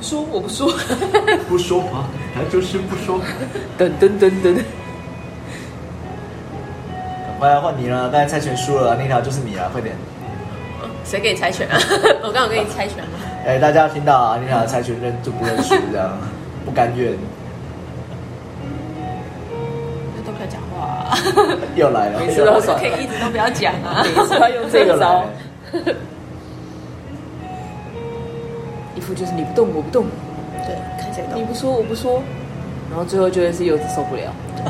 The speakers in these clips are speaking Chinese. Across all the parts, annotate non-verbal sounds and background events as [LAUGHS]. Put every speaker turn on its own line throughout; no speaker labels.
说我不 [LAUGHS] 说，
不说话，他就是不说。
等等等等，
赶快换你了，刚才猜拳输了，那条就是你了，快点！
谁给你猜
[LAUGHS]
拳啊？我刚好给你猜拳吗？
哎、大家听到啊，那条猜拳认就不认输，这样不甘愿，
那都不要讲话啊！
又来了，
每次
又来
都
了
是可以一直都不要讲啊！每次要 [LAUGHS] 用
这个来了，
一副就是你不动我不动，
对，看谁
你
懂。
不说我不说，然后最后就会是柚子受不了，对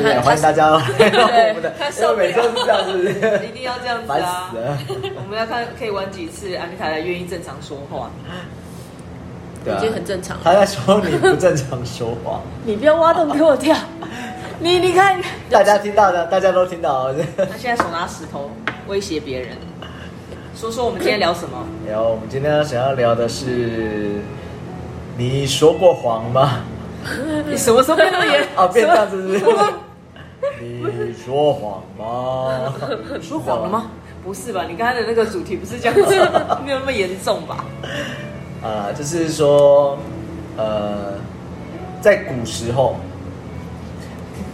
不
对，
对？
欢迎大家来到 [LAUGHS] 我们的
他，
因
受
为
不了
每周是这样子，
一定要这样子
烦
啊
死！了。
[LAUGHS] 我们要看可以玩几次，安妮塔才愿意正常说话。
对啊
已经很正常了
他在说你不正常说话，
你不要挖洞给我跳， [LAUGHS] 你你看，
大家听到的，大家都听到了。 [LAUGHS]
他现在手拿石头威胁别人。说说我们今天聊什 [LAUGHS] 么？
然哎后我们今天想要聊的是，你说过谎吗？
你什么时候哦变那么 [LAUGHS] 严？
啊，变这样子是不是？你说谎
[LAUGHS]
吗？说
懂了吗？？不是吧？你刚才的那个主题不是这样 [LAUGHS] 子，没有那么严重吧？
[LAUGHS] 啊，就是说，呃，在古时候，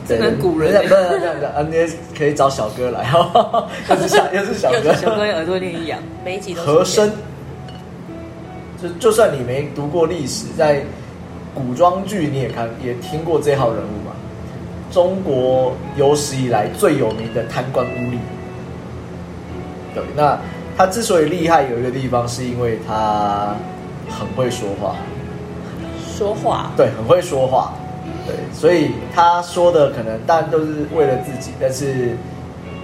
真的很古人
不是不是这样子啊，你也可以找小哥来， [LAUGHS] 又是小又是小
又
哥
是，小哥耳朵有点痒，
每一集都
和
出现
珅，就就算你没读过历史，在古装剧你也看也听过这号人物嘛。中国有史以来最有名的贪官污吏。对，那他之所以厉害，有一个地方是因为他很会说话。
说话，
对，很会说话，对，所以他说的可能当然都是为了自己，但是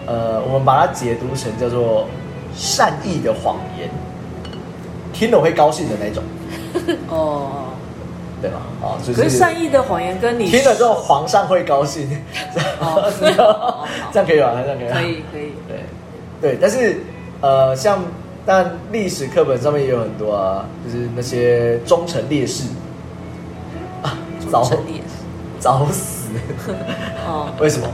呃，我们把它解读成叫做善意的谎言，听了会高兴的那种，
哦。
对吗？啊，就
可
是
是善意的谎言跟你
听了之后皇上会高兴，
哦
这
哦
样这样可以吧？这样可以吧？
可以可以，
对，对，但是呃，像但历史课本上面也有很多啊，就是那些忠臣烈士啊，早
成立
早死， [LAUGHS]
哦，
为什么？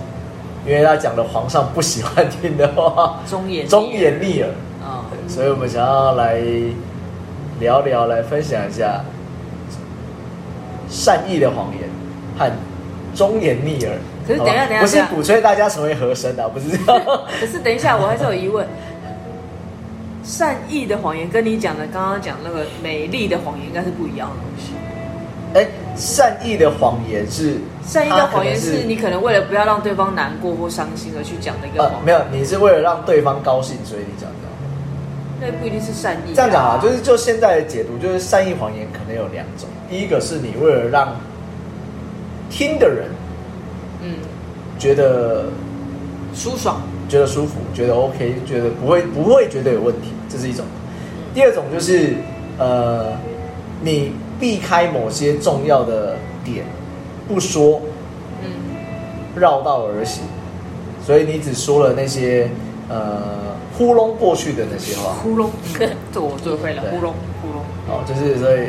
因为他讲了皇上不喜欢听的话，
[LAUGHS] 忠言
忠言逆耳，
哦，
对所以我们想要来聊聊，来分享一下善意的谎言和忠言逆耳。
可是等一下
好吧
等一下
不是
等一下
鼓吹大家成为和珅的、不是
[LAUGHS]
这样。
可是等一下，我还是有疑问。善意的谎言跟你讲的刚刚讲那个美丽的谎言应该是不一样的东西。
哎，善意的谎言是
善意的谎言
它
是
啊可能
你可能为了不要让对方难过或伤心而去讲的一个
呃
谎
没
言，
有，你是为了让对方高兴，所以你讲的。
那不一定是善意啊。
这样讲啊，就是就现在的解读，就是善意谎言可能有两种，第一个是你为了让听的人
嗯，
觉得
舒爽
觉得舒服，觉得 OK，觉得不会不会觉得有问题，这是一种；第二种就是呃，你避开某些重要的点不说，
嗯，
绕道而行，所以你只说了那些呃糊弄过去的那些话。
窟窿，这我最会了，
对
窟窿窟窿。
哦，就是所以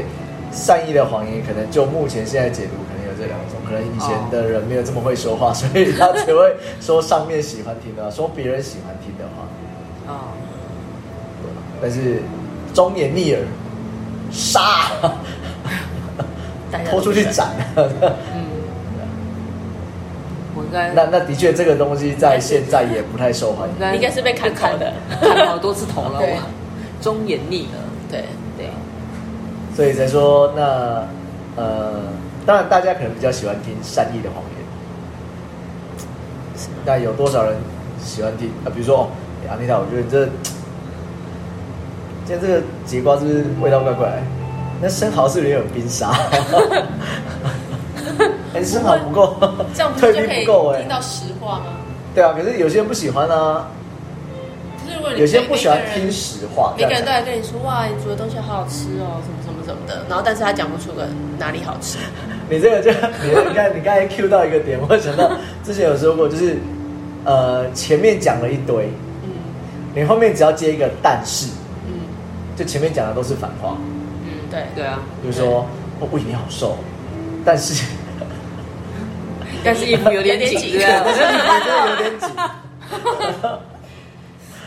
善意的谎言，可能就目前现在解读，可能有这两种。可能以
哦
前的人没有这么会说话， [LAUGHS] 所以他只会说上面喜欢听的话，说别人喜欢听的话。
哦，
但是忠言逆耳，杀，
大家都
拖出去斩。 [LAUGHS]
嗯，我应该
那那的确，这个东西在现在也不太受欢迎。
该
应该是被砍头的，
看好多次头了，
对
我忠言逆耳，
对，
对，
所以才说那呃，当然大家可能比较喜欢听善意的谎言，那有多少人喜欢听啊？比如说，哦，阿妮塔，我觉得你这今天这个节瓜是不是味道怪怪的？那生蚝是不是也有冰
[LAUGHS]
沙？哎、生蚝不够，
这样不
退 [LAUGHS]
是就可
冰
以
不够哎、
听到实话吗？
对啊，可是有些人不喜欢啊，
可是如果你
有些人
每
不喜欢
每个人
听实话。
每个人
这
都
样
来跟你说哇，你煮的东西好好吃哦，什么什么什么的，然后但是他讲不出个哪里好吃，
你这个就你你看你刚才 Q 到一个点，我想到之前有说过，就是呃前面讲了一堆，
嗯
你后面只要接一个但是，
嗯
就前面讲的都是反话，
嗯，
对
对啊，
比如说哦，喂你好瘦，但是 [LAUGHS]
但是衣服有点紧，
有点紧
对啊，我觉得你
你这有点紧，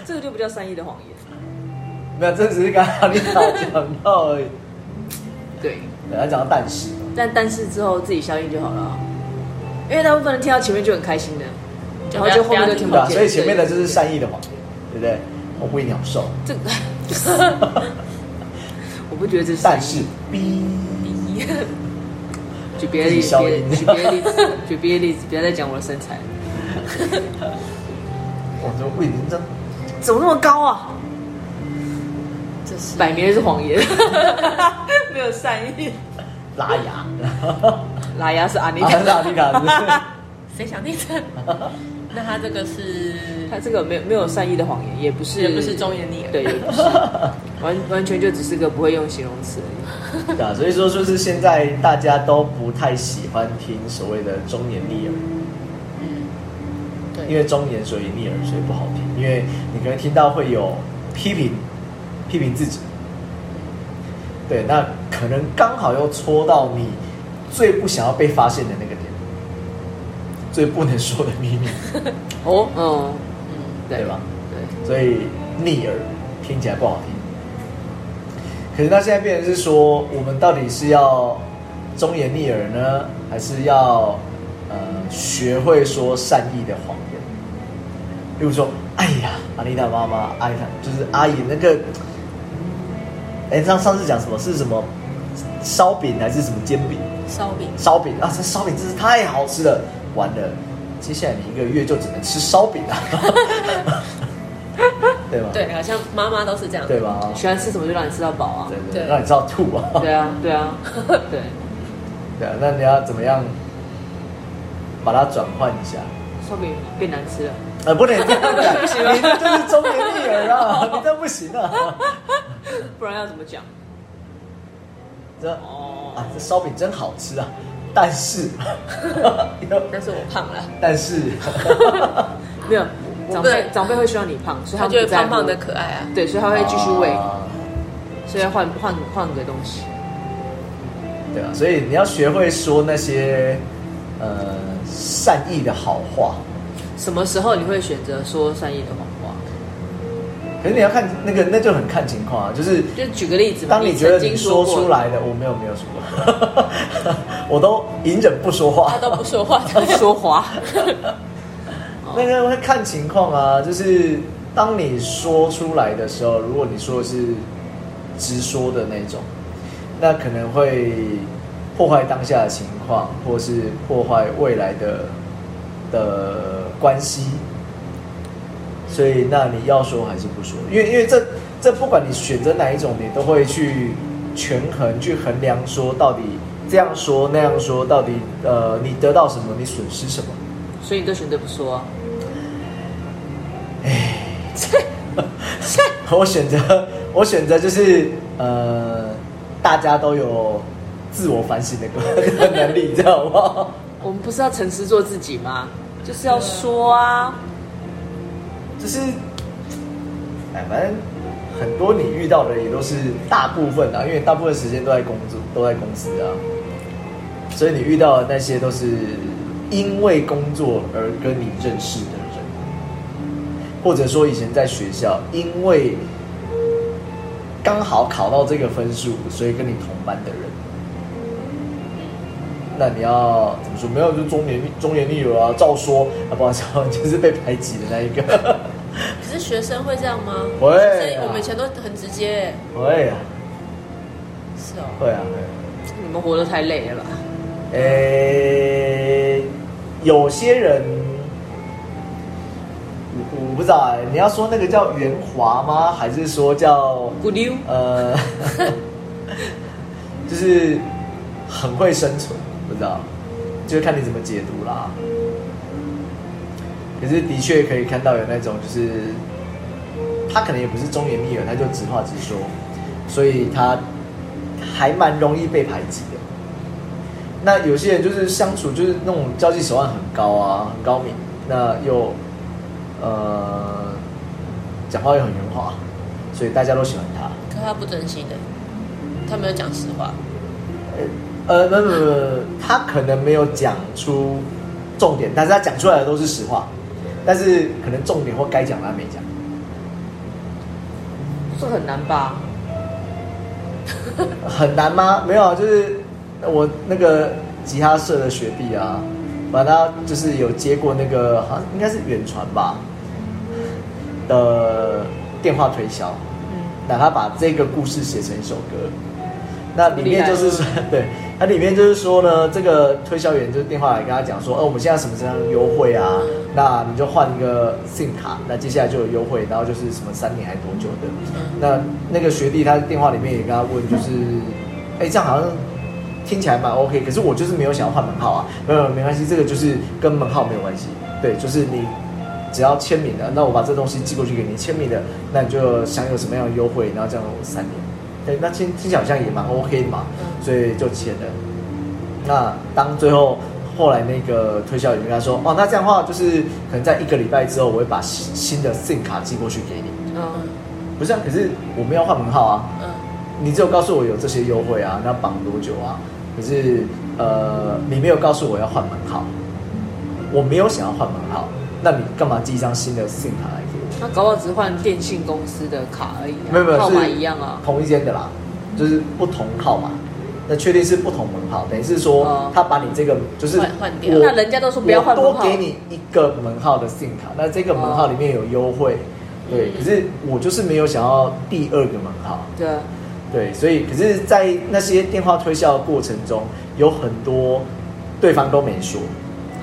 这个就不叫善意的谎言。
没有，这只是刚刚你讲到而已。
对，
对，他讲到但是，
但但是之后自己消音就好了啊，因为大部分人听到前面就很开心的，
就
然后
不要
就后面就听
对
不
吧？
见。
所以前面的
对
就是善意的谎言，对不对？我喂鸟兽，
这个， [LAUGHS] 我不觉得这是善
但
意 [LAUGHS]
是
举
逼，
别的例子，
自己消
别
音
举别的例子，举别的例子，不要再讲我的身材，
我这喂你真
怎么那么高啊？
这
[LAUGHS]
是
摆明了是谎言，没有善意。
拉牙，
拉牙是阿妮
[LAUGHS] 啊
塔，
拉你卡，
谁想听
[LAUGHS]
这？那他这个是
[LAUGHS] 他这个没有没有善意的谎言，也不是
也不是忠言逆耳，
对，也
[LAUGHS]
不是完完全就只是个不会用形容词而
[LAUGHS] 对啊，所以说就是现在大家都不太喜欢听所谓的忠言逆耳，
嗯，对，
因为忠言所以逆耳，所以不好听，因为你可能听到会有批评，批评自己，对，那可能刚好又戳到你最不想要被发现的那个点，最不能说的秘密，
已。哦，嗯，
嗯
对
对吧？
对，
所以逆耳听起来不好听。可是那现在变成是说，我们到底是要忠言逆耳呢，还是要呃学会说善意的谎言？例如说，哎呀，阿丽塔妈妈，阿丽塔就是阿姨那个，哎，上上次讲什么是什么烧饼还是什么煎饼？
烧饼
烧饼啊，这烧饼真是太好吃了，完了，接下来你一个月就只能吃烧饼了、对吧？
对，好像妈妈都是这样，
对吧？
喜欢吃什么就让你吃到饱啊。
对对，
对
让你知道吐啊！
对啊，对啊， [LAUGHS] 对，
对啊，那你要怎么样把它转换一下？
烧饼变难吃了，
呃，不能这样讲，不行，你这就是中年逆耳啊， [LAUGHS] 你这不行啊！
不然要怎么讲？
这啊
哦，，
这烧饼真好吃啊，但是， [LAUGHS]
但是我胖了，
但是，
没有，长辈
对
长辈会希望你胖，所以
他
他
就
们
会
不在乎
胖胖的，可爱啊，
对，所以他会继续喂，
啊
所以要换换换个东西。
对啊，所以你要学会说那些呃善意的好话，
什么时候你会选择说善意的谎话？
可是你要看那个，那就很看情况啊。就是
就举个例子嘛，
当你觉得
曾
你
经
说
过
出来的，我没有没有说过， [LAUGHS] 我都隐忍不说话
他。都不说话， [LAUGHS]
的 [LAUGHS] 说谎，
那个会看情况啊，就是当你说出来的时候，如果你说的是直说的那种，那可能会破坏当下的情况，或是破坏未来的的关系。所以，那你要说还是不说？因为因为这这不管你选择哪一种，你都会去权衡、去衡量，说到底这样说那样说，到底呃你得到什么，你损失什么。
所以你都选择不说啊。
[LAUGHS] 我选择，我选择就是呃，大家都有自我反省的 [LAUGHS] 的能力，知道吗？
我们不是要诚实做自己吗？就是要说啊，
就是，哎，反正很多你遇到的也都是大部分啊，因为大部分时间都在工作，都在公司啊，所以你遇到的那些都是因为工作而跟你认识的人，或者说以前在学校因为刚好考到这个分数，所以跟你同班的人。那你要怎么说？没有，就忠言忠言逆耳啊，照说啊，不好意思， [LAUGHS] 就是被排挤的那一个。
可是学生会这样吗？
会啊
学生我们以前都很直接，
会啊，
是哦，
会啊，
你们活得太累了吧？
会。诶、呃有些人，我我不知道哎、你要说那个叫圆滑吗？还是说叫
不溜，
呃， [LAUGHS] 就是很会生存，不知道，就是看你怎么解读啦。可是的确可以看到有那种，就是他可能也不是忠言逆耳，他就直话直说，所以他还蛮容易被排挤的。那有些人就是相处就是那种交际手腕很高啊，很高明，那又呃讲话又很圆滑，所以大家都喜欢他。
可他不真心的，他没有讲实话，
呃，不不不不，他可能没有讲出重点，但是他讲出来的都是实话，但是可能重点或该讲的他没讲。
这很难吧？
很难吗？没有啊，就是我那个吉他社的学弟啊，把他就是有接过那个好像应该是远传吧的电话推销，那他把这个故事写成一首歌，那里面就是说， [LAUGHS] 对，它里面就是说呢，这个推销员就是电话来跟他讲说，哦，我们现在什么什么样的优惠啊，那你就换一个 SIM 卡，那接下来就有优惠，然后就是什么三年还多久的，那那个学弟他电话里面也跟他问，就是，哎，这样好像听起来蛮 OK，可是我就是没有想要换门号啊，没有没关系，这个就是跟门号没有关系，对，就是你只要签名的，那我把这东西寄过去给你签名的，那你就享有什么样的优惠，然后这样三年，对，那听听起来好像也蛮 OK 的嘛，
嗯
所以就签了。那当最后后来那个推销员跟他说，哦，那这样的话就是可能在一个礼拜之后，我会把新新的 SIM 卡寄过去给你。
嗯，
不是啊，可是我们要换门号啊，
嗯，
你只有告诉我有这些优惠啊，那绑多久啊？可是呃，你没有告诉我要换门号，我没有想要换门号，那你干嘛寄一张新的 SIM 卡来给我？
那搞不好只换电信公司的卡而已、啊，
没有没有，
号码
是
一样啊。
同一间的啦，就是不同号码。那确定是不同门号，等于是说
哦
他把你这个就是
换换掉
我
那人家都说不要换门号
我多给你一个门号的 SIM 卡，那这个门号里面有优惠，对。
嗯
可是我就是没有想要第二个门号，
对啊，
对，所以可是，在那些电话推销的过程中，有很多对方都没说。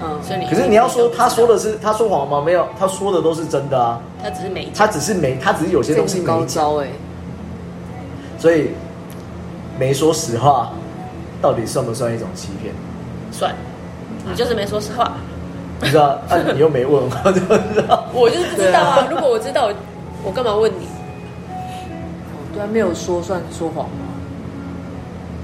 嗯，
所以你
可是你要说他说的是他说谎吗？没有，他说的都是真的啊。
他只是没讲
他只是没，他只是有些
这
东西
很
没
高
讲，
招哎、
所以没说实话，到底算不算一种欺骗？
算，你就是没说实
啊
话。
不知道，啊、你又没问，我就不知道。
我就是不知道啊，如果我知道，我我干嘛问你？
哦对啊，没有说算说谎啊吗？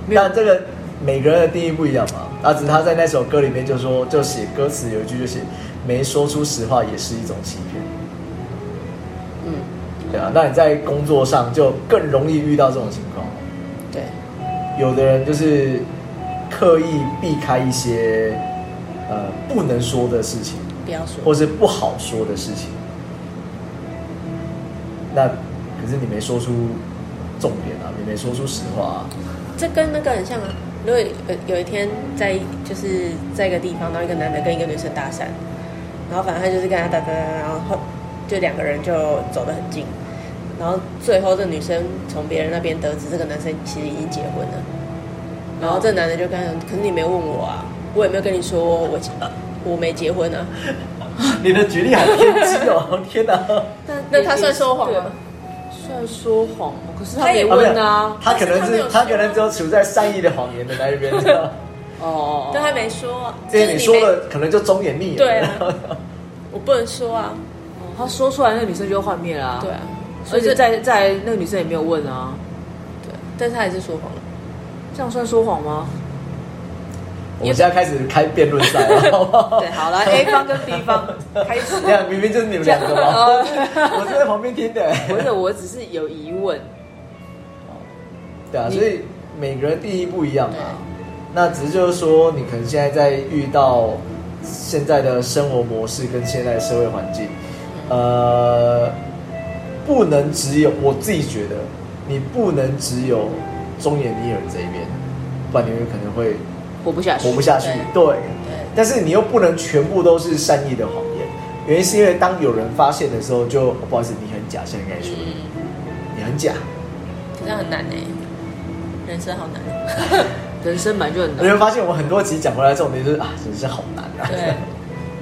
没有
但这个每个人的定义不一样嘛。啊，只是他在那首歌里面就说，就写歌词有一句就写“没说出实话也是一种欺骗”。
嗯，
对啊，那你在工作上就更容易遇到这种情况。
对，
有的人就是刻意避开一些呃不能说的事情，
不要说。
或是不好说的事情。那可是你没说出重点啊，你没说出实话、啊。
这跟那个很像啊。如果有有一天在就是在一个地方，然后一个男的跟一个女生搭讪，然后反正他就是跟他搭搭搭，然后后就两个人就走得很近，然后最后这女生从别人那边得知这个男生其实已经结婚了，
哦
然
哦
后这男的就跟他说：“可是你没问我啊，我也没有跟你说我我没结婚啊。
你的举例好偏激哦！ [LAUGHS] 天
[LAUGHS]
哪，
但”
那他算说谎
对
吗
啊？算说谎吗？可是他
他也
没
啊没有
问啊。
他可能
但是他没
是
有
他
说
可能只有处在善意的谎言的那一边，这样
哦，
对，他没说啊，
这
[LAUGHS] 就是
你说
没，
了，可能就忠言逆耳。[LAUGHS]
对啊我不能说啊，
哦他说出来，那个女生就幻灭啦、
对啊，所
哦
而
以
且
这
再再来那个女生也没有问啊，
对，但是他还是说谎了。
这样算说谎吗？
我们现在开始开辩论赛了，好不
[LAUGHS]
好？
对，好 [LAUGHS] 来 A
[LAUGHS]
方跟 B 方开始。
这样明明就是你们两个嘛，
[LAUGHS] 哦
[LAUGHS] 我是在旁边听的。
不是，我只是有疑问。
对啊，
你
所以每个人定义不一样嘛。那只是就是说，你可能现在在遇到现在的生活模式跟现在的社会环境，
嗯
呃，不能只有我自己觉得，你不能只有忠言逆耳这一边，不然你有可能会
活不下去，
活不下去。对，但是你又不能全部都是善意的谎言，原因是因为当有人发现的时候就，哦不好意思，你很假，现在该说
嗯，
你很假，
可是很难哎、人生好难。 [LAUGHS]
人生本来就很
你
难，
会发现我很多集讲回来重点就是啊，人生好难啊。
对，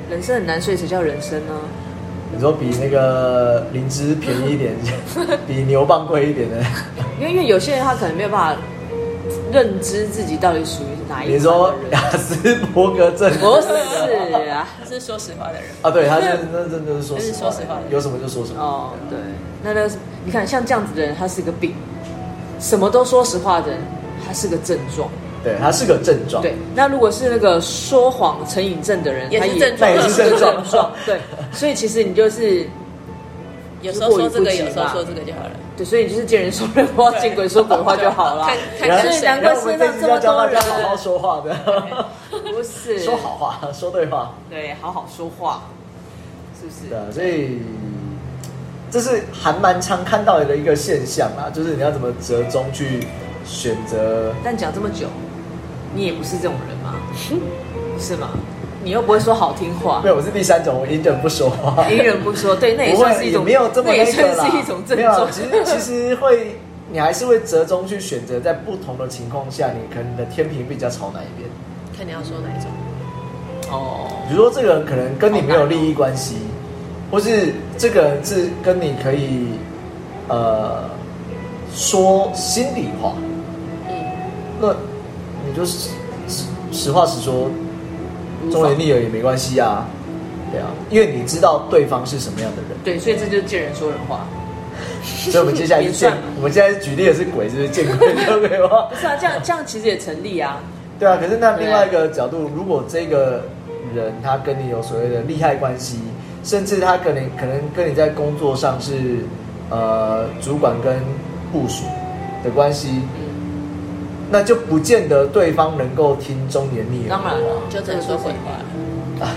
人生很难，所以才叫人生呢、
你说比那个灵芝便宜一
[LAUGHS]
点，比牛蒡贵一点的，
因为因为有些人他可能没有办法认知自己到底属于哪一
你
种
说雅斯伯格症
不是啊，
他是说实话的人。
啊？对，他就是那真的是说实
就是说实话
话，有什么就说什么。
哦，对，那那是你看像这样子的人，他是个病，什么都说实话的人，他是个症状。
对，他是个症状。
对，那如果是那个说谎成瘾症的人，
也是
他
症
那
状
也是症状。 [LAUGHS]
对，所以其实你就是
有时候说这个，有时候说这个就好 [LAUGHS] 了。
对，所以你就是见人说人话，见鬼说鬼话就好了。
看看
然后
看
所以难
谁。
怪
然后我们这集要教大家好好说话的，
不是
[LAUGHS] 说，好话，说对话。
对，好好说话，是不
对
是？
啊，所以这是还蛮常看到的一个现象啊，就是你要怎么折中去选择
但讲这么久，你也不是这种人嘛，不是吗？你又不会说好听话
没，有，我是第三种，我隐忍不说话。
隐忍不说，对，那也
啊不
算是
会，
一
也
种，
没有这么
那也
那个
算
啦
是一种症
没有
状
啊。其实其实会，你还是会折中去选择，在不同的情况下，你可能你的天平比较朝哪一边。
看你要说哪一种。
哦，
比如说，这个人可能跟你没有利益关系，或是这个人是跟你可以呃说心里话，
嗯，
那你就实实实话实说，忠言逆耳也没关系啊。对啊，因为你知道对方是什么样的人。
对，所以这就是见人说人话。
所以我们接下来是见
也算，
我们现在举例的是鬼，是不是见鬼对不对吗
不？是啊，这样这样其实也成立啊。
对啊，可是那另外一个角度，如果这个人他跟你有所谓的利害关系，甚至他可能可能跟你在工作上是呃主管跟部署的关系，
嗯，
那就不见得对方能够听忠言逆耳。
当然了，
就只能说鬼话了。
啊，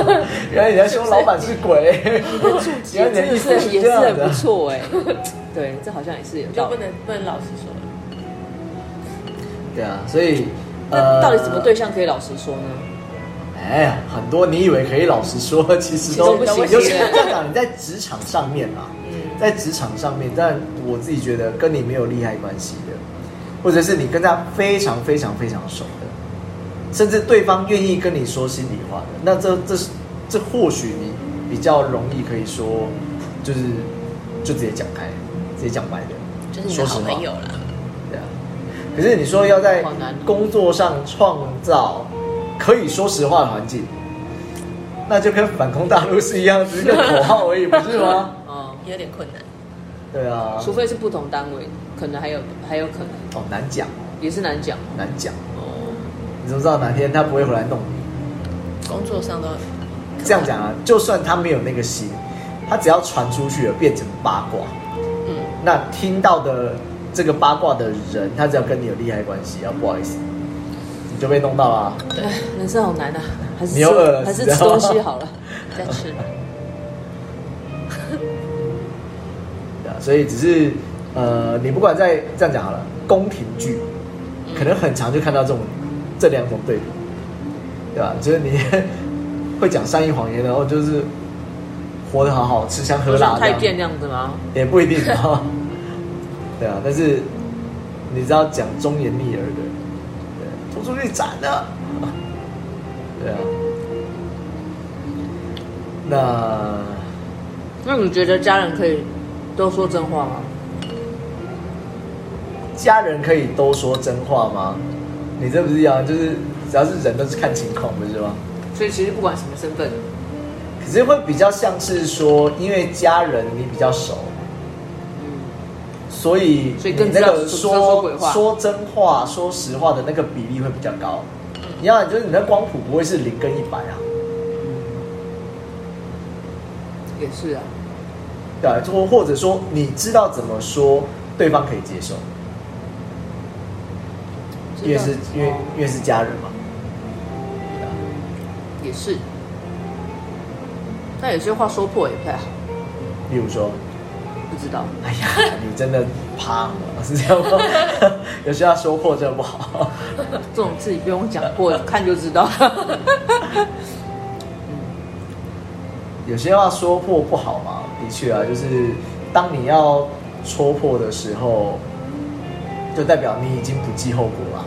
[LAUGHS] 原来你在说老板是
[LAUGHS]
鬼，原来
也真
你的意
的是
思是
也
这
是
样
很
的
不。错
[LAUGHS]
哎。对，这好像也是有
你就
道
不
理。
能不能老实说了。
对啊，所以呃
那到底什么对？象可以老实说呢？
哎呀，很多你以为可以老实说，其实都
其实都不行
尤其是这样讲，你在职场上面啊，在职场上面，但我自己觉得跟你没有利害关系的，或者是你跟他非常非常非常熟的，甚至对方愿意跟你说心里话的，那这这是这或许你比较容易可以说，就是就直接讲开，直接讲白的，
就是你
说
的
实
好
话
朋友啦，
对啊。可是你说要在
好难哦
工作上创造可以说实话的环境，那就跟反攻大陆是一样，只是个口号而已，不是
[LAUGHS]
吗？
嗯，
有点困难。
对啊，
除非是不同单位，可能还有还有可能
哦难讲，
也是难讲。
难讲。
哦，
你怎么知道哪天他不会回来弄你？
工作上都
这样讲啊，就算他没有那个心，他只要传出去了，变成八卦，
嗯，
那听到的这个八卦的人，他只要跟你有利害关系，啊，不好意思，你就被弄到了啊。
对，
哎，人生好难啊，还是
你又饿了
还是
是
吃
吧
东西好
[LAUGHS]
了。
再吃吧。
对啊，所以只是呃，你不管在这样讲好了，宫廷剧可能很常就看到这种这两种对比，对吧？就是你会讲善意谎言，然后就是活得好好，吃香喝
就
辣
像
这
太
样，
监那样子吗？
也不一定啊。 [LAUGHS] 对啊，但是你知道讲忠言逆耳的，对，拖出去斩了。 [LAUGHS] 对啊，那
那你觉得家人可以都说真话吗？
家人可以都说真话吗？你这不是一样，就是只要是人都是看情况，不是吗？
所以其实不管什么身份，
可是会比较像是说，因为家人你比较熟，
嗯
所以
所以更
你那个
知道说说鬼
说
话
说真话、说实话的那个比例会比较高。你要就是你的光谱不会是零跟一百啊，
也是啊。
对啊，或或者说你知道怎么说，对方可以接受，因为是
啊
因
哦
为因为是家人嘛。对啊
也是，但有些话说破也不太好，
例如说，
不知道。
哎呀，你真的胖了，是这样吗？ [LAUGHS] 有些要说破真的不好。
这种自己不用讲破，看就知 [LAUGHS] 道。
有些话说破不好嘛，的确啊，就是当你要戳破的时候，就代表你已经不计后果了。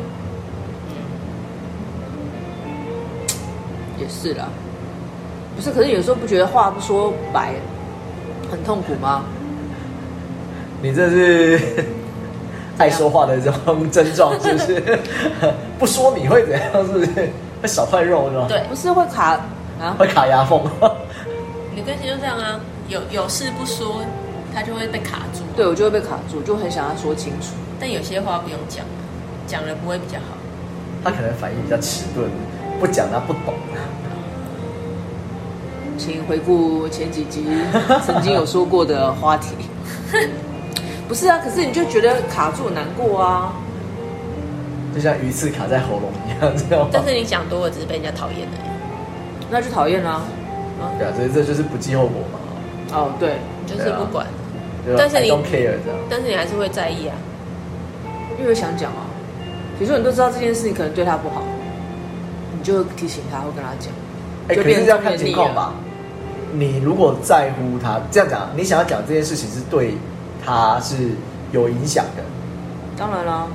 也是啦，不是？可是有时候不觉得话不说白很痛苦吗？
你这是
[LAUGHS]
爱说话的这种症状，是不是？ [LAUGHS] 不说你会怎样？是不是会少块肉是吧？，
对
不，是会卡啊？
会卡牙缝。 [LAUGHS]
你跟其就这样啊，有有事不说，他就会被卡住。
对，我就会被卡住，就很想要说清楚。
但有些话不用讲，讲了不会比较好。
他可能反应比较迟钝，不讲他不懂。
请回顾前几集 [LAUGHS] 曾经有说过的话题。 [LAUGHS] 不是啊，可是你就觉得卡住很难过啊。
就像鱼刺卡在喉咙一样，这样吗？
但是你讲多了，只是被人家讨厌而
那就讨厌啦。
对啊，所以这就是不计后果嘛，
哦，对，
已，就是不管。
对吧
但是
I
你
don't care 这样。
但是你还是会在意啊。
因因为想讲啊，比如说你都知道这件事情可能对他不好，你就提醒他，或跟他讲，
哎、
就
可是
变
这
成啊
要看
变
情
腻
况
了
吧。你如果在乎他，这样讲，你想要讲这件事情是对他是有影响的，
当然啦，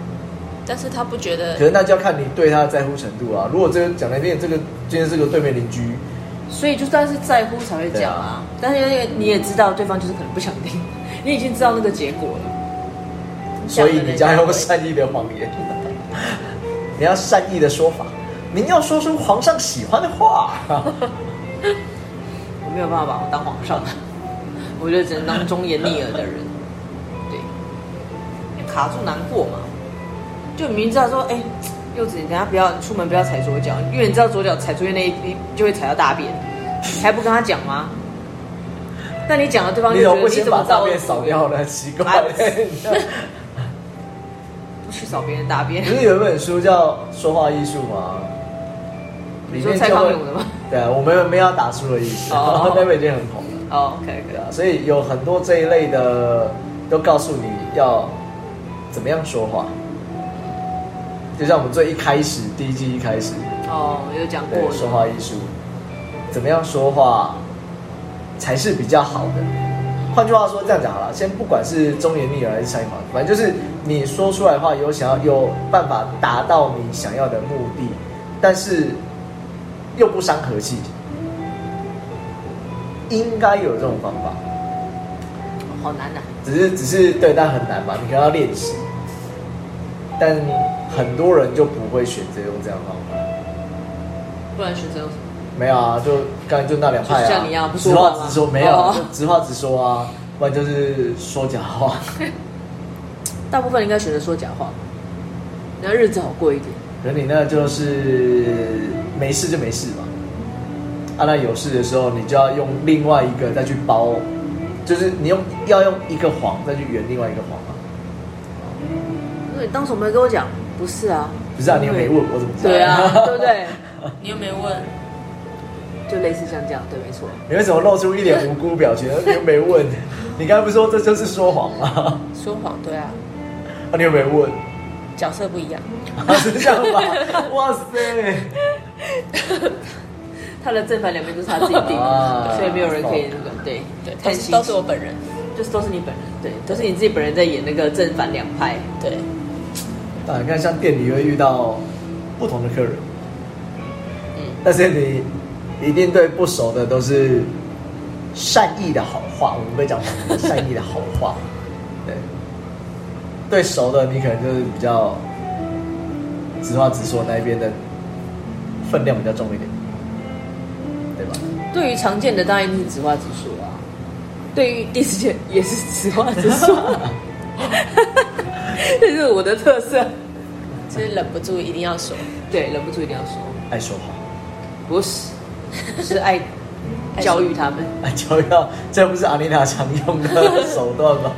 但是他不觉
可
得，
是那就要看你对他的在乎程度啊。如果这个讲来电，这个今天这个对面邻居，
所以就算是在乎才会
对
讲
啊
啊，但是因为你也知道对方就是可能不想听， [LAUGHS] 你已经知道那个结果了，
所以你
这
要
样的人家
用
会
善意的谎言， [LAUGHS] 你要善意的说法，您要说出皇上喜欢的 [LAUGHS] 话。
我没有办法把我当皇上， [LAUGHS] 我就只能当忠言逆耳的人，对，就卡住难过嘛，就明明知道说，哎、柚子，你等下不要你出门不要踩左脚，因为你知道左脚踩出去那一滴就会踩到大便，你还不跟他讲吗？那你讲了，对方就
你
觉得
怎么不
你
先
怎
把
么
照
造
片扫掉呢？奇 [LAUGHS] 怪
啊，
不
不去扫别人大便？
是有一本书叫《说话艺术》吗？
你说蔡康永的吗？
对啊，我们没有要打输的意思，
哦
然后那本已经很红了，
哦，OK
对
OK，
啊，所以有很多这一类的都告诉你要怎么样说话，就像我们最一开始第一季一开始，
哦，有讲
对
过，
说话艺术，怎么样说话才是比较好的。换句话说，这样讲好了，先不管是忠言逆耳还是善意谎言，反正就是你说出来的话有想要有办法达到你想要的目的，但是又不伤和气，应该有这种方法。
好难啊呐、
只是只是对，但很难嘛，你可能要练习。但很多人就不会选择用这样的方法。
不然选择有什么？
没有啊，就刚才就那两派啊，
就像你一样不
直
说话
话
吗
直说，没有、
哦
就直话直说啊，不然就是说假
[LAUGHS]
话。
大部分应该选择说假话，那日子好过一点。
可是你那就是没事就没事嘛，啊，那有事的时候你就要用另外一个再去包，就是你用要用一个谎再去圆另外一个谎啊。
那你当时没跟我讲？不是啊，
不是啊，你又没问我怎么知道？
对啊，
[LAUGHS]
对不？对？
你又没问，
就类似像这样，对，没错。
你为什么露出一脸无辜表情？你又没问，你刚才不是说这就是说谎吗？ [LAUGHS]
说谎对啊，
啊，你又没问， [LAUGHS]
角色不一样，
啊、是这样吧？ [LAUGHS] 哇塞！
他的正反两面都是他自己定的，
啊
所以没有人可以那个对
对，
太
都
清
是
晰
都是我本人，
就是都是你本人，对，都是你自己本人在演那个正反两派。
[LAUGHS]
对，
啊，你看像店里会遇到不同的客人，
嗯，
但是你一定对不熟的都是善意的好话，我们不会讲谎善意的好话，对，对熟的你可能就是比较直话直说那一边的分量比较重一点，对吧？
对于常见的当然一定是直话直说啊，对于第四件也是直话直说， [LAUGHS] 这是我的特色。
就是忍不住一定要说，
对，忍不住一定要说，
爱说话， [LAUGHS]
不是，是爱
爱说
教育他们。
爱就要，这不是阿丽娜常用的手段吗？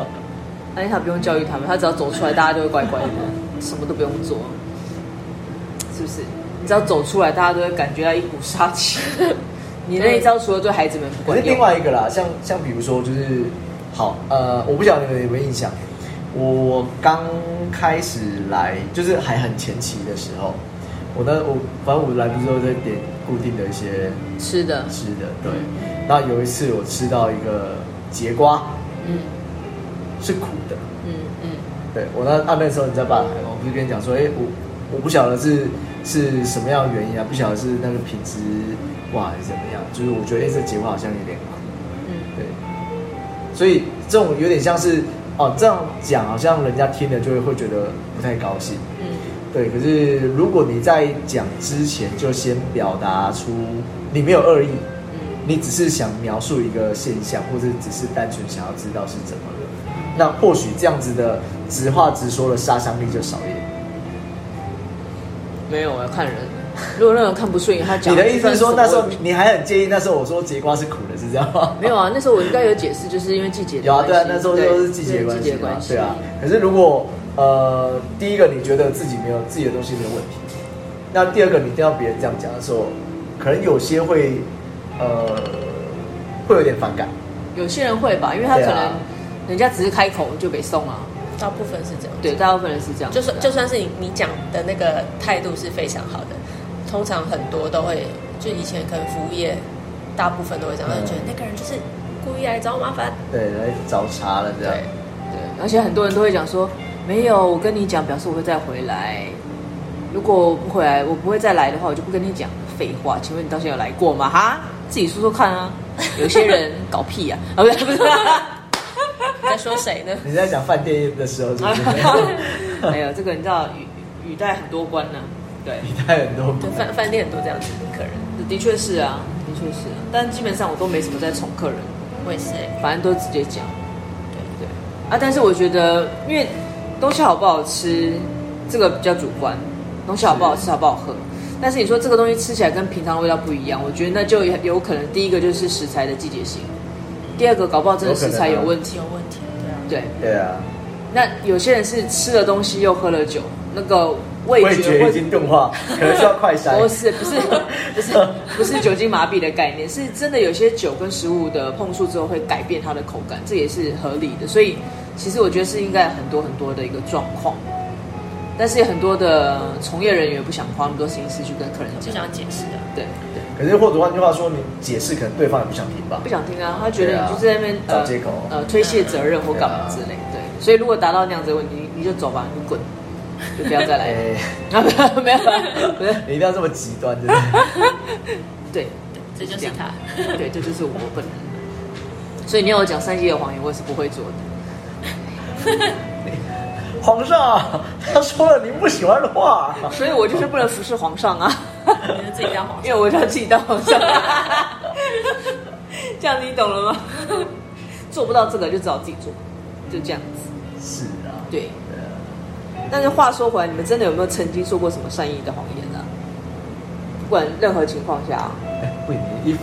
安妮塔不用教育他们，她只要走出来，大家就会乖乖的，什么都不用做，是不是？你只要走出来，大家都会感觉到一股杀
[LAUGHS]
气。你那一招除了对孩子们不
可是
管用
另，外一个啦，像像比如说就是，好呃，我不晓得你们有没有印象，我刚开始来就是还很前期的时候，我呢我反正我来的时候在点固定的一些
吃的，
吃的，对。那有一次我吃到一个节瓜
嗯
是苦的，
嗯嗯，
对我那啊那时候你在吧台嘛，我不是跟你讲说，哎、我我不晓得是是什么样的原因啊，不晓得是那个品质哇还是怎么样，就是我觉得哎、这节瓜好像有点苦。
嗯
对，所以这种有点像是哦，这样讲好像人家听了就会会觉得不太高兴。
嗯，
对，可是如果你在讲之前就先表达出你没有恶意，
嗯
你只是想描述一个现象，或者只是单纯想要知道是怎么了，那或许这样子的直话直说的杀伤力就少一点。
没有，我要看人。如果那种看不顺眼，他讲
你的意思是说那时
就
候
算什么
你还很介意那时候我说节瓜是苦的，是这
[LAUGHS]
样吗？
没有啊？那时候我应该有解释，就是因为季节的
有啊，对啊，
关系
那时候
对
就是季节关系
对季节
嘛
关，系
对啊。可是如果呃，第一个你觉得自己没有自己的东西没有问题，那第二个你听到别人这样讲的时候，可能有些会呃会有点反感，
有些人会吧，因为他
对
可
啊
能人家只是开口就被送啊，
大部分是这样。
对，大部分人是这样子
就
啊。
算就算是你你讲的那个态度是非常好的，通常很多都会，就以前可能服务业大部分都会这样，
嗯
就觉得那个人就是故意来找我麻烦。
对，来找茬了这样
对。，
对，而且很多人都会讲说，没有，我跟你讲，表示我会再回来。如果我不回来，我不会再来的话，我就不跟你讲废话。请问你到现在有来过吗？哈，自己说说看啊。有些人搞屁啊， [LAUGHS] 啊不是不是，
在说谁呢？ [LAUGHS]
你在讲饭店的时候是不
[LAUGHS]
[LAUGHS] 是？
没有这个你知道语语带很多关呢、对，
你带很多
就饭饭店很多这样子的客人，
的确是啊，的确是、啊，但基本上我都没什么在宠客人。
我也是、欸。
反正都直接讲，对对啊。但是我觉得，因为东西好不好吃，这个比较主观，东西好不好吃、好不好喝。但是你说这个东西吃起来跟平常的味道不一样，我觉得那就也有可能，第一个就是食材的季节性，第二个搞不好真的食材有问题。
有问题，对啊，
对，
对啊，
那有些人是吃了东西又喝了酒，那个味
味
觉
觉
会
已经钝
[LAUGHS]
化，可能需要快筛。
不哦是不是不是不是酒精麻痹的概念，是真的有些酒跟食物的碰触之后会改变它的口感，这也是合理的。所以其实我觉得是应该很多很多的一个状况，但是很多的从业人员不想花那么多心思去跟客人
就
讲，
想要解释
[LAUGHS]
的。
对对，
可是或者换句话说，你解释可能对方也不想听吧
不。想听啊，他觉得你就是在那边、
对啊找借口嗯啊
呃推卸责任或干嘛之类，对。所以如果达到那样子的问题，你你就走吧，你滚，就不要再
[LAUGHS]
来了。
哎，
啊， [LAUGHS] 没有没有，不是，
你一定要这么极端，真的。
对。
这就是他。
[LAUGHS] 对，这就是我本人。所以你要我讲三七的谎言，我也是不会做的。
皇上，啊他说了您不喜欢的话。
所以我就是不能服侍皇上啊，
你就自己当皇
因为我就要自己当皇上。啊 [LAUGHS] 这样你懂了吗？做不到这个就只好自己做，就这样子。
是啊，
对，
对啊
但是话说回来，你们真的有没有曾经说过什么善意的谎言呢、啊？不管任何情况下、啊，
哎，不，你的衣服。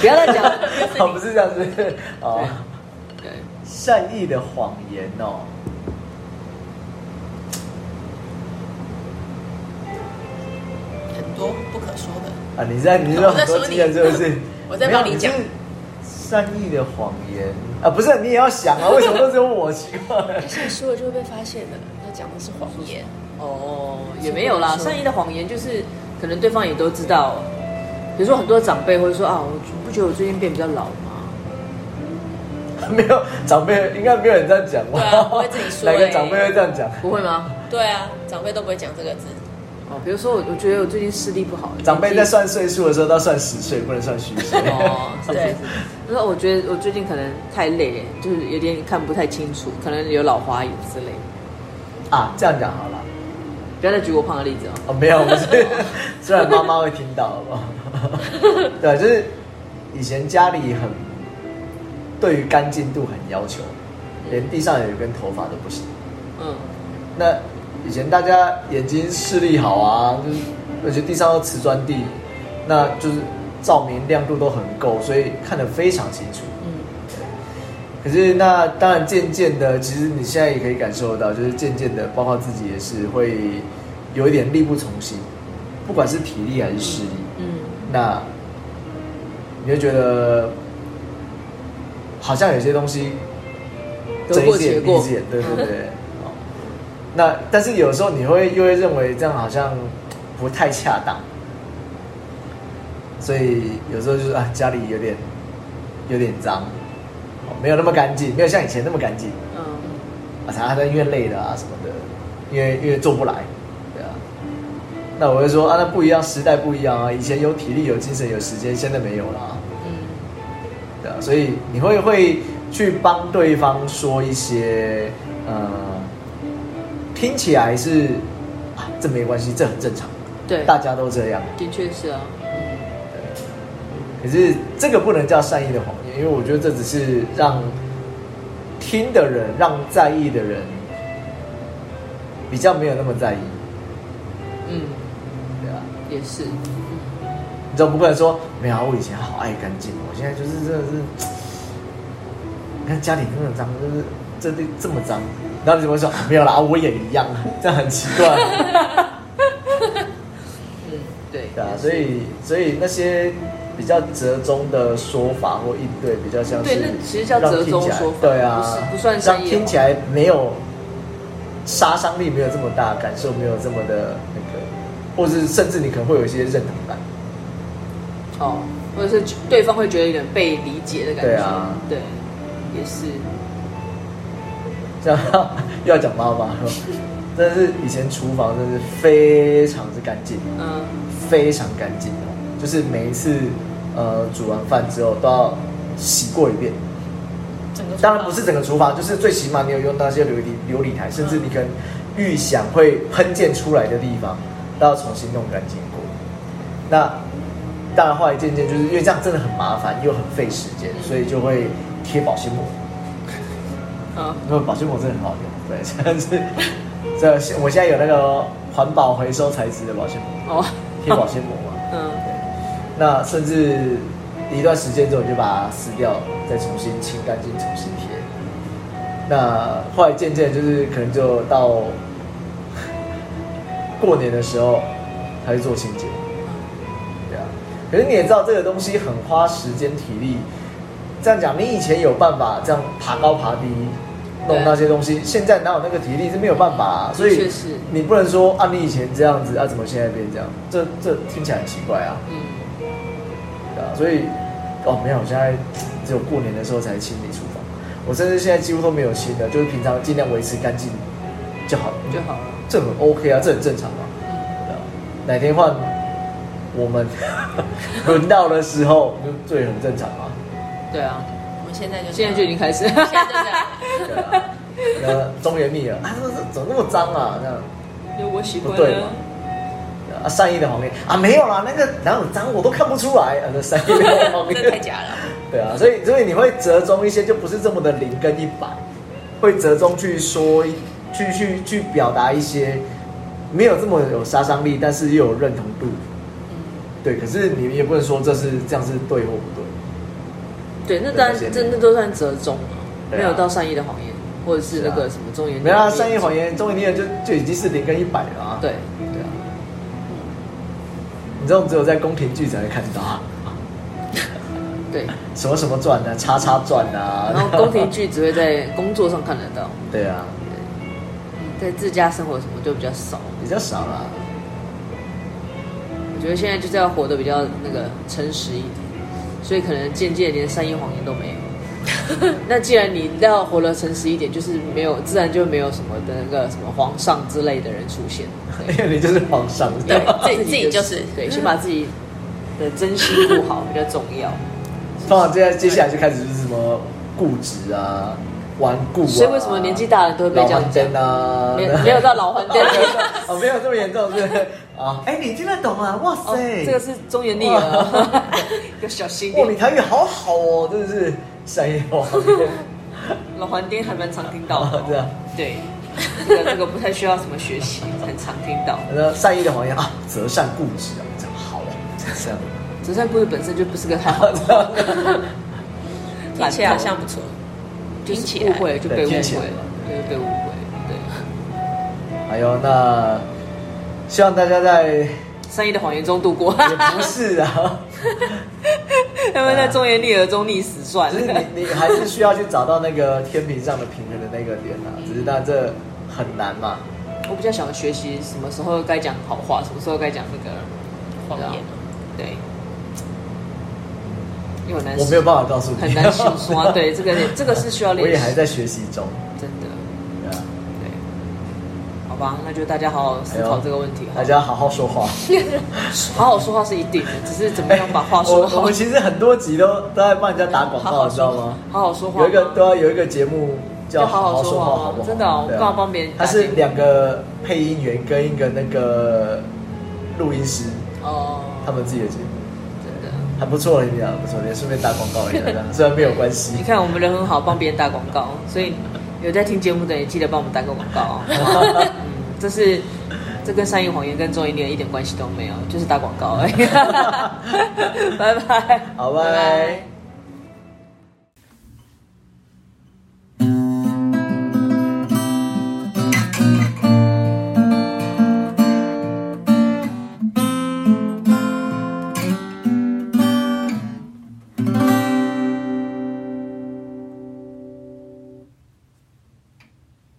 不要再讲了
哦，不是这样子哦。
对，
善意的谎言哦。
很多不可说的，
啊，你在你有很多经验是
[LAUGHS]
不是？
我在帮你讲
没有。你是善意的谎言啊，不是你也要想啊？为什么都只有我奇怪？
所以说了就会被发现的。他讲的是谎言，
哦，也没有啦，
是吗
善意的谎言就是可能对方也都知道，比如说很多长辈会说啊，我不觉得我最近变比较老吗？
[LAUGHS] 没有长辈，应该没有人这样讲吧？
对啊不会自己
[LAUGHS]
说
哪个
欸
长辈会这样讲？
不会吗？
对啊，长辈都不会讲这个字。
哦，比如说我我觉得我最近视力不好，
长辈在算岁数的时候，都要算实岁，不能算虚岁。 [LAUGHS]
哦，是是
对
是。他说我觉得我最近可能太累，就是有点看不太清楚，可能有老花眼之类的。
啊，这样讲好了。
不要再举我胖的例子哦。
哦，没有，不是，虽然妈妈会听到，好不好？ [LAUGHS] 对，就是以前家里很对于干净度很要求，连地上有一根头发都不行。
嗯，
那以前大家眼睛视力好啊，就是而且地上都瓷砖地，那就是照明亮度都很够，所以看得非常清楚。
嗯
可是那当然渐渐的，其实你现在也可以感受到，就是渐渐的，包括自己也是会有一点力不从心，不管是体力还是视力，
嗯，
那你会觉得好像有些东西
得过
睁一只
且
眼
过
闭一只眼，对对
[LAUGHS]
对。哦那但是有时候你会又会认为这样好像不太恰当，所以有时候就是啊家里有点有点脏，哦没有那么干净，没有像以前那么干净
嗯，
啊，常常在因为累了啊什么的，因为因为做不来，对啊。那我就说啊，那不一样，时代不一样啊，以前有体力、有精神、有时间，现在没有啦。
嗯，
对啊，所以你会会去帮对方说一些呃，听起来是啊，这没关系，这很正常，
对，
大家都这样。
的确是啊。
可是这个不能叫善意的谎言，因为我觉得这只是让听的人、让在意的人比较没有那么在意，
嗯，
对啊。
也是。
你总不可能说没有啊，我以前好爱干净，我现在就是真的是，你看家里那么脏，就是这地这么脏，然后你怎么会说、啊没有啦，我也一样，啊这样很奇怪，
嗯，对。
[LAUGHS] 对啊，所以所以那些比较折中的说法或应对，比较像是
对那其实叫折中
让听起来
说法
对啊
不，是不算善
让
意哦
听起来没有杀伤力没有这么大，感受没有这么的那个，或者是甚至你可能会有一些认同感。
哦，或者是觉对方会觉得有点被理解的感觉，
对啊
对也是，
[LAUGHS] 这样又要讲妈妈了，真的是以前厨房真的是非常之干净，
嗯，
非常干净哦，就是每一次呃煮完饭之后都要洗过一遍。
整个
当然不是整个厨房，就是最起码你有用到一些琉璃琉璃台，甚至你可能预想会喷溅出来的地方，都要重新弄干净过。那当然后来渐渐就是因为这样真的很麻烦又很费时间，所以就会贴保鲜膜。
嗯，
那保鲜膜真的很好用，对， [LAUGHS] 但是这我现在有那个环保回收材质的保鲜膜，
哦，
贴保鲜膜嘛。
嗯，
那甚至一段时间之后，你就把它撕掉，再重新清干净，重新贴。那后来渐渐就是可能就到过年的时候才去做清洁，对啊。可是你也知道这个东西很花时间体力。这样讲，你以前有办法这样爬高爬低弄
对
那些东西，现在哪有那个体力是没有办法、啊，所以
确实
你不能说啊，你以前这样子啊，怎么现在变这样？这这听起来很奇怪啊。
嗯，
对啊，所以哦，没有，我现在只有过年的时候才清理厨房，我甚至现在几乎都没有清的，就是平常尽量维持干净就好了，
就好了，嗯
这很 OK 啊，这很正常啊。对啊哪天换我们 [LAUGHS] 轮到的时候，就这也很正常啊。
对啊，
我们现在就
现在就已经开始，
现在就这
[LAUGHS]
样，
对啊，呃，中原腻了啊，这这怎么那么脏啊？这样
我喜
不
欢
对嘛
啊，？
对啊，善意的谎言啊，没有啦，那个哪有脏，我都看不出来啊，那善意
[LAUGHS]
的谎
这太
言。
假了。
对啊，所以所以你会折中一些，就不是这么的零跟一百，会折中去说一，去去去表达一些没有这么有杀伤力，但是又有认同度。
嗯
对，可是你也不能说这是这样是对或不对。
对，那当然
对
这那都算折中啊，
对啊
没有到善意的谎言，或者是那
是
个
啊
什么忠言，
没有啊，善意谎，言、中文念就就已经是零跟一百了啊。
对，嗯
对啊，你这种只有在宫廷剧才会看到啊，
对，
什么什么传啊，叉叉传啊，
然后宫廷剧只会在工作上看得到，
对啊，
在自家生活什么就比较少。
比较少
[LAUGHS]
啦。
我觉得现在就是要活得比较那个诚实一点，所以可能渐渐连善意谎言都没有。 [LAUGHS] 那既然你要活得诚实一点，就是没有自然就没有什么的那个什么皇上之类的人出现。
因为你就是皇上，
对自己自己就是
对，先把自己的真心顾好比较重
[LAUGHS]
要。
通常接接下来就开始就是什么固执啊、顽固啊。
所以为什么年纪大了都会被这样讲
讲啊？
没没有到老黄
[LAUGHS]
灯
哦，没有这么严重，是
[LAUGHS]
不是啊？哎，你听得懂啊？哇
哦
塞，，
这个是忠言逆耳哦， [LAUGHS] 要小心一
哇，你
点。
台语好好哦，真的是善意哦。
[LAUGHS] 老黄灯还蛮常听到的、
哦这样
对，这个这个不太需要什么学习，很常听到。
那善意的谎言啊，择善固执啊，这样好啊，这样。
折扇故事本身就不是个太
[LAUGHS]
好的， [LAUGHS]
听起来好啊像不错，
就
听
是
起
误
来
会就被误会
听
了，
起来
对，被误会，对。
哎呦，那希望大家在
善意的谎言中度过，
也不是啊，
[LAUGHS] 他们在忠言逆耳中逆死算
只是
了。
你你还是需要去找到那个天平上的平衡的那个
[LAUGHS]
点啊，只是那这很难嘛。
[LAUGHS] 我比较想学习什么时候该讲好话，什么时候该讲那个
谎言。啊
对，因为我难，
我没有办法告诉你，
很难手刷。对，
[LAUGHS]
这个这个是需要
我
练
也还
习，
在学习中。
真的。
对啊
对，好吧，那就大家好好思
哎
考
呦
这个问题，
大家好好说话，
好好说话是一定的，只是怎么样把话
[LAUGHS] 我
说
我
好
们。其实很多集都都在帮人家打广
好
告，
好
你知道
说
吗？
好好说话吗。
有一个对啊，有一个节目叫《
叫好好
好
说
说
话
话》，好不好？
真的哦
对啊
干嘛帮别人
他
打
是
节目
两个配音员跟一个那个录音师，
哦，
他们自己的节目。
真的。
还不错，你讲不错，也顺便打广告一下，这样虽然没有关系
你。看我们人很好，帮别人打广告，所以有在听节目的也记得帮我们打个广告哦。嗯这是这跟善意谎言跟综艺恋一点关系都没有，就是打广告而已。拜拜，
好拜拜